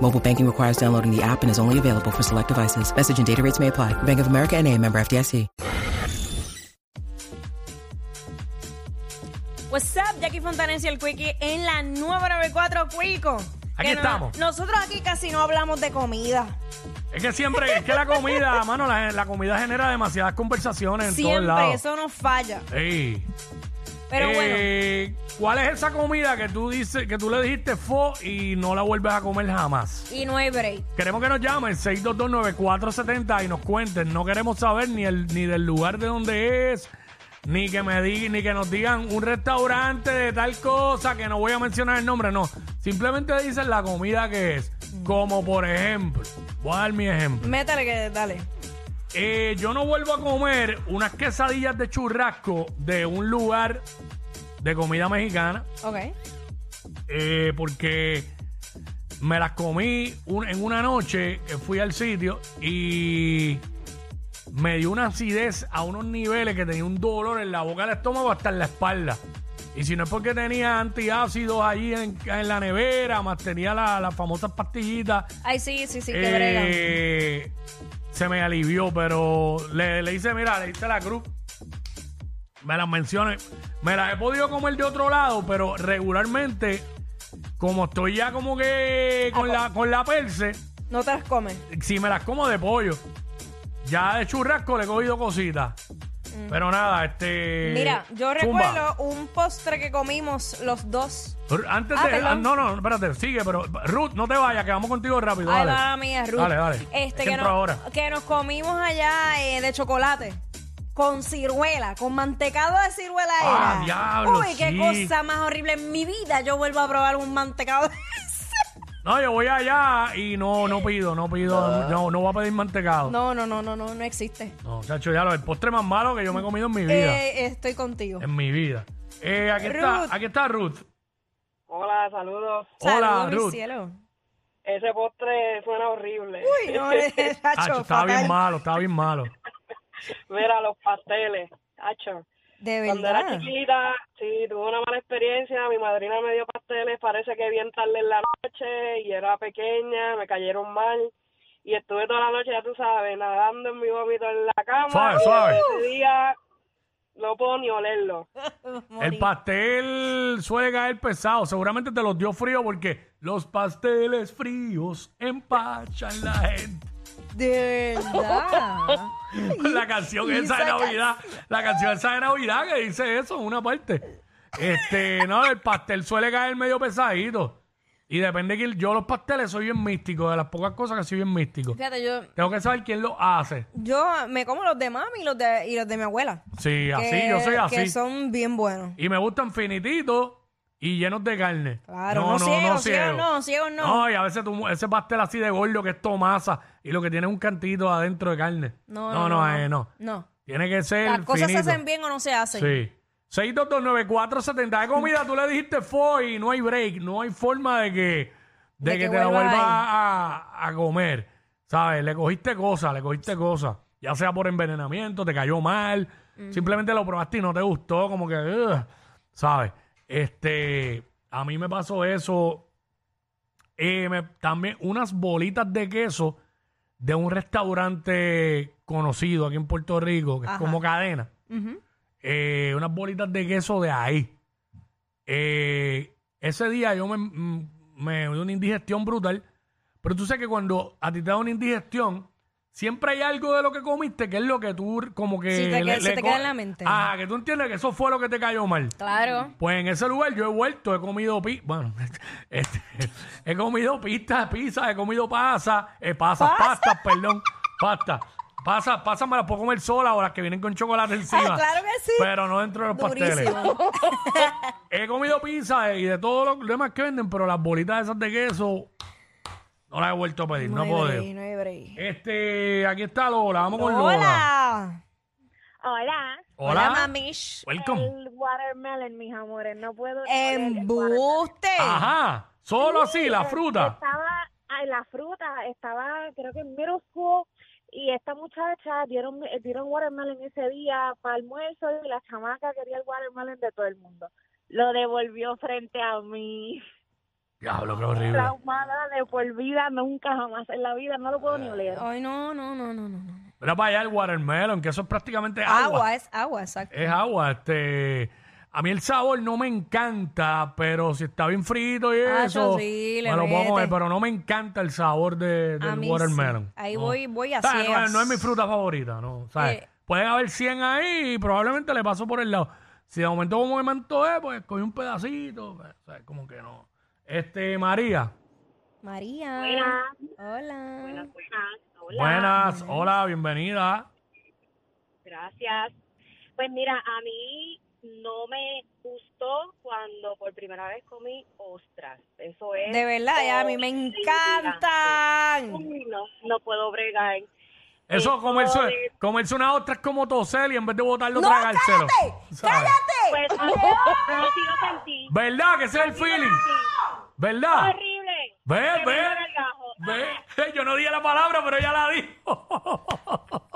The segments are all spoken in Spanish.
Mobile banking requires downloading the app and is only available for select devices. Message and data rates may apply. Bank of America and a member FDIC. What's up, Jackie Fontanes y el Quickie en la 994 Quico. Aquí Que no- estamos. Nosotros aquí casi no hablamos de comida. Es que siempre, es que la comida, mano, la, la comida genera demasiadas conversaciones en todos Siempre, lados. eso nos falla. Ey. Pero bueno, Eh, ¿Cuál es esa comida que tú dices, que tú le dijiste fo y no la vuelves a comer jamás? y no hay break. Queremos que nos llamen 6229470 y nos cuenten. No queremos saber ni el ni del lugar de donde es, ni que me digan, ni que nos digan un restaurante de tal cosa que no voy a mencionar el nombre, no. Simplemente dicen la comida que es. Como por ejemplo, voy a dar mi ejemplo. Métale que dale. Eh, yo no vuelvo a comer unas quesadillas de churrasco de un lugar de comida mexicana Ok. eh, porque me las comí un- en una noche que fui al sitio y me dio una acidez a unos niveles que tenía un dolor en la boca del estómago hasta en la espalda. Y si no es porque tenía antiácidos allí en, en la nevera, más tenía la- las famosas pastillitas Ay, sí, sí, sí, que bregan. eh, se me alivió, pero le, le hice, mira, le hice la cruz. Me las mencioné. Me las he podido comer de otro lado, pero regularmente, como estoy ya como que Ah, con pues. la, con la perse, No te las comes. si me las como de pollo. Ya de churrasco le he cogido cositas. Pero nada, este. Mm. Mira, yo zumba. recuerdo un postre que comimos los dos. R- Antes Ah, de. perdón. ah, no, no, espérate, sigue, pero. Ruth, no te vayas, que vamos contigo rápido. Ay, dale. va mía, Ruth. Dale, dale. Este, Es que, entro nos, ahora. que nos comimos allá eh, de chocolate. Con ciruela, con mantecado de ciruela Ah, era. diablo, Uy, qué sí. cosa más horrible. En mi vida yo vuelvo a probar un mantecado de No, yo voy allá y no, no pido, no pido, no, no voy a pedir mantecado. No, Ah. No, no, no, no, no, no existe. chacho, ya lo, el postre más malo que yo me he comido en mi vida. Em, Eh, estoy contigo. en mi vida. Eh, aquí Ruth. está, aquí está Ruth. Hola, saludos. Hola, Saludos, mi Ruth. cielo. Ese postre suena horrible. Uy, no, Ah, Chacho, Nacho, estaba bien fatal. malo, estaba bien malo. Mira, los pasteles. Hacho. De Cuando era verdad. chiquita, sí, tuve una mala experiencia. Mi madrina me dio pasteles, parece que bien tarde en la noche y era pequeña, me cayeron mal. Y estuve toda la noche, ya tú sabes, nadando en mi vómito en la cama. Suave, y suave. Ese día no puedo ni olerlo. El pastel suele caer pesado, seguramente te los dio frío porque los pasteles fríos empachan la gente. De verdad. la canción y esa de sacas- Navidad, la canción esa de Navidad que dice eso en una parte. Este, no, el pastel suele caer medio pesadito. Y depende de quién. Yo los pasteles soy bien místico, de las pocas cosas que soy bien místico. Fíjate, yo, Tengo que saber quién los hace. yo me como los de mami y los de, y los de mi abuela. Sí, así, que- yo soy Que así. son bien buenos. Y me gustan finititos y llenos de carne. Claro, no, ciegos, ciegos no, ciegos no. No, y a veces tú- ese pastel así de gordo que es tomasa y lo que tiene es un cantito adentro de carne. No, no, no, no. no, eh, no. No. Tiene que ser Las cosas se finito. hacen bien o no se hacen. Sí. 6229470 Mm. de comida, tú le dijiste fo y no hay break, no hay forma de que, de De que, que te la vuelva vuelvas a, a comer. ¿Sabes? Le cogiste cosas, le cogiste cosas. Ya sea por envenenamiento, te cayó mal, Mm. simplemente lo probaste y no te gustó, como que, ugh, ¿sabes? Este, a mí me pasó eso. Eh, me- también unas bolitas de queso de un restaurante conocido aquí en Puerto Rico, que Ajá. es como cadena Ujú. eh, unas bolitas de queso de ahí. Eh, ese día yo me, mm, me dio una indigestión brutal. Pero tú sabes que cuando a ti te da una indigestión, siempre hay algo de lo que comiste que es lo que tú como que... Sí, te queda- se te co- queda en la mente. Ah, que tú entiendes que eso fue lo que te cayó mal. Claro. Pues en ese lugar yo he vuelto, he comido pi bueno, este, he comido pizza, pizza, he comido pasa, eh, pasas, pastas, perdón, pasta. Pasas, pasas me las puedo comer sola o las que vienen con chocolate encima. Ah, claro que sí. Pero no dentro de los pasteles. Durísimo. He comido pizza eh, y de todo lo demás que venden, pero las bolitas esas de queso no las he vuelto a pedir, no he hay podido. break, no hay break. Este, aquí está Lola, vamos con Lola. Hola. Hola, Hola. mamish. Welcome. el watermelon, mis amores, no puedo. Embuste. Ajá, solo así, la fruta. Estaba, ay, la fruta, estaba, creo que en middle school, y esta muchacha dieron, eh, dieron watermelon ese día para almuerzo y la chamaca quería el watermelon de todo el mundo. Lo devolvió frente a mí, Diablo, qué horrible. traumada de por vida, nunca jamás en la vida, no lo puedo ni leer. Ay, no, no, no, no, no. no. Mira para allá el watermelon, que eso es prácticamente agua. Agua, es agua, exacto. Es agua, este. A mí el sabor no me encanta, pero si está bien frito y Ah, eso, yo sí, le me lo puedo mete. comer, pero no me encanta el sabor de, A del mí watermelon. sí. Ahí No. voy- voy a O sea, no es- ciegas. No, es mi fruta favorita, ¿no? ¿Sabes? Eh. Pueden haber 100 ahí y probablemente le paso por el lado. Si de momento como me mantoé, pues cogí un pedacito, pues, ¿sabes? Como que no. Este, María. María. Hola. Buenas, hola, bienvenida. Gracias. Pues mira, a mí no me gustó cuando por primera vez comí ostras. Eso es. De verdad, ya a mí me Mm. encantan. Uy, no, no puedo bregar. Eso, Eso comerse, de- comerse una otra es como toser y en vez de botarlo, ¡No, tragárselo. cállate! ¿Sabes? Pues así lo sentí. ¿Verdad? Que ese es el feeling. ¿Verdad? Horrible. Ve, Que me ve. muera el gajo. Ve, yo no dije la palabra, pero ella la dijo.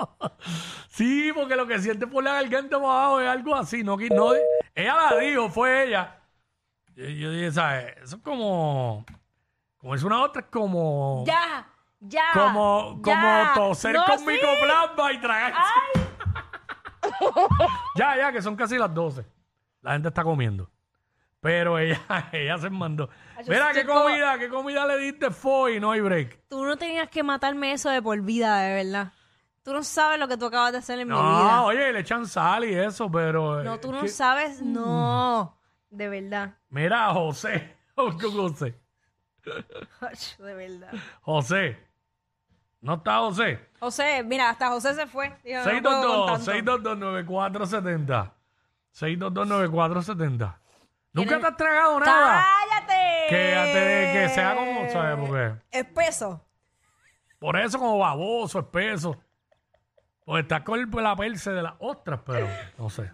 sí, porque lo que siente por la garganta para abajo es algo así. No, que- no, ella la dijo, fue ella. Yo, yo dije, ¿sabes? Eso es como. Como es una otra, es como. Ya, ya. Como, como Ah, ya. toser No, con sí. micoplasma y tragarse. ya, ya, que son casi las 12. La gente está comiendo. Pero ella, ella se mandó. Ay, yo Mira, estoy qué como- comida, qué comida le diste fue y no hay break. Tú no tenías que matarme eso de por vida, de verdad. Tú no sabes lo que tú acabas de hacer en mi No, vida. oye, le echan sal y eso, pero. eh, No, Mm. tú no que- sabes, no. De verdad. Mira, José. José. De verdad. José. No está José. José, mira, hasta José se fue. Dijo, no puedo con 622 tanto. 622-9470. 622-9470. Nunca ¿Quieren- te has tragado nada. ¡Cállate! Quédate, que sea como, Eh. ¿sabes? Porque Espeso. por eso como baboso, espeso. Pues está con el- la perse de las ostras, pero no sé.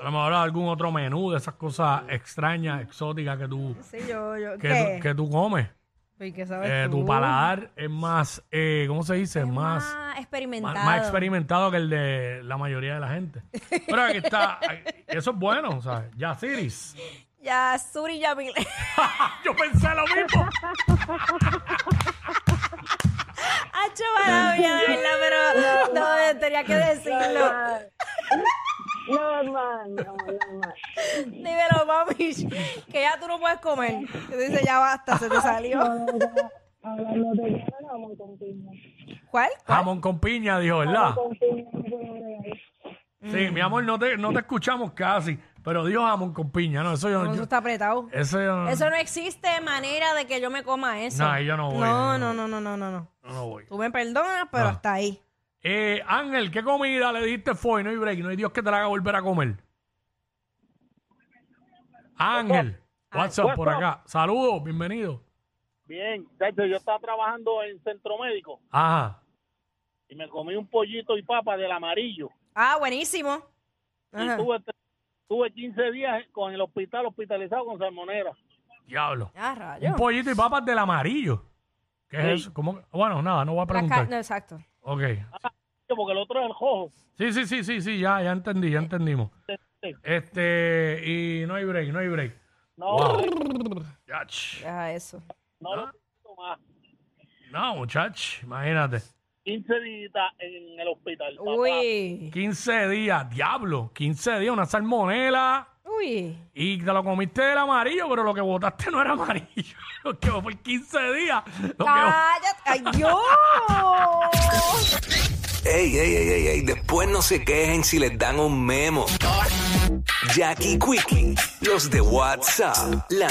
A lo mejor algún otro menú de esas cosas extrañas, exóticas que tú, Sí, yo, yo. que tú, ¿Qué? que tú comes. ¿Y qué sabes Eh, tú? tu paladar es más, eh, ¿cómo se dice? más Ah, experimentado. más, más experimentado que el de la mayoría de la gente. Pero aquí está, aquí- eso es bueno, ¿sabes? Ya, Siris. Ya, Suri Yamil. Ah, Yo pensé lo mismo. Hacho maravilla, de verdad, pero no, eh, tenía que decirlo. No, no, no, no. Dímelo, mami, que ya tú no puedes comer. Que tú dices, ya basta, se te salió. Hablando de que no, vamos contigo. ¿Cuál? Jamón con piña, dijo, ¿verdad? Contigo no puedo bregar. Sí, mi amor, no te, no te escuchamos casi, pero dijo jamón con piña, ¿no? Eso yo, No, yo- eso está apretado. eso yo- Eso no existe manera de que yo me coma eso. No, ahí yo no Ah. voy, No, yo no, no, no no, no, no. no. no, no voy. Tú me perdonas, pero No. hasta ahí. Eh, Ángel, ¿qué comida le diste fue? No hay break, no hay Dios que te la haga volver a comer. Ángel, WhatsApp por acá. Saludos, bienvenido. Bien, de hecho, yo estaba trabajando en centro médico Ajá. y me comí un pollito y papa del amarillo. Ah, buenísimo. Ajá. Y tuve, tre- tuve 15 días con el hospital hospitalizado con salmonera. Diablo. Ah, Un rayos. pollito y papas del amarillo. ¿Qué es eso? ¿Cómo que- Bueno, nada, no voy a Las preguntar. ca- No, exacto. Ok. Porque el otro es el jojo. Sí, sí, sí, sí, sí, ya, ya entendí, ya entendimos. Este, y no hay break, no hay break. No, Yach. Deja eso. no lo siento más. No, muchach, imagínate. 15 días en el hospital. papá. Uy. 15 días, diablo, 15 días, una salmonela. Uy, Uy. Y te lo comiste del amarillo, pero lo que botaste no era amarillo. Lo que por 15 días. Lo que- ¡Cállate! ¡Ay, Dios! Ey, ey, ey, ey, ey, después no se quejen si les dan un memo. Jackie Quickie, los de WhatsApp, la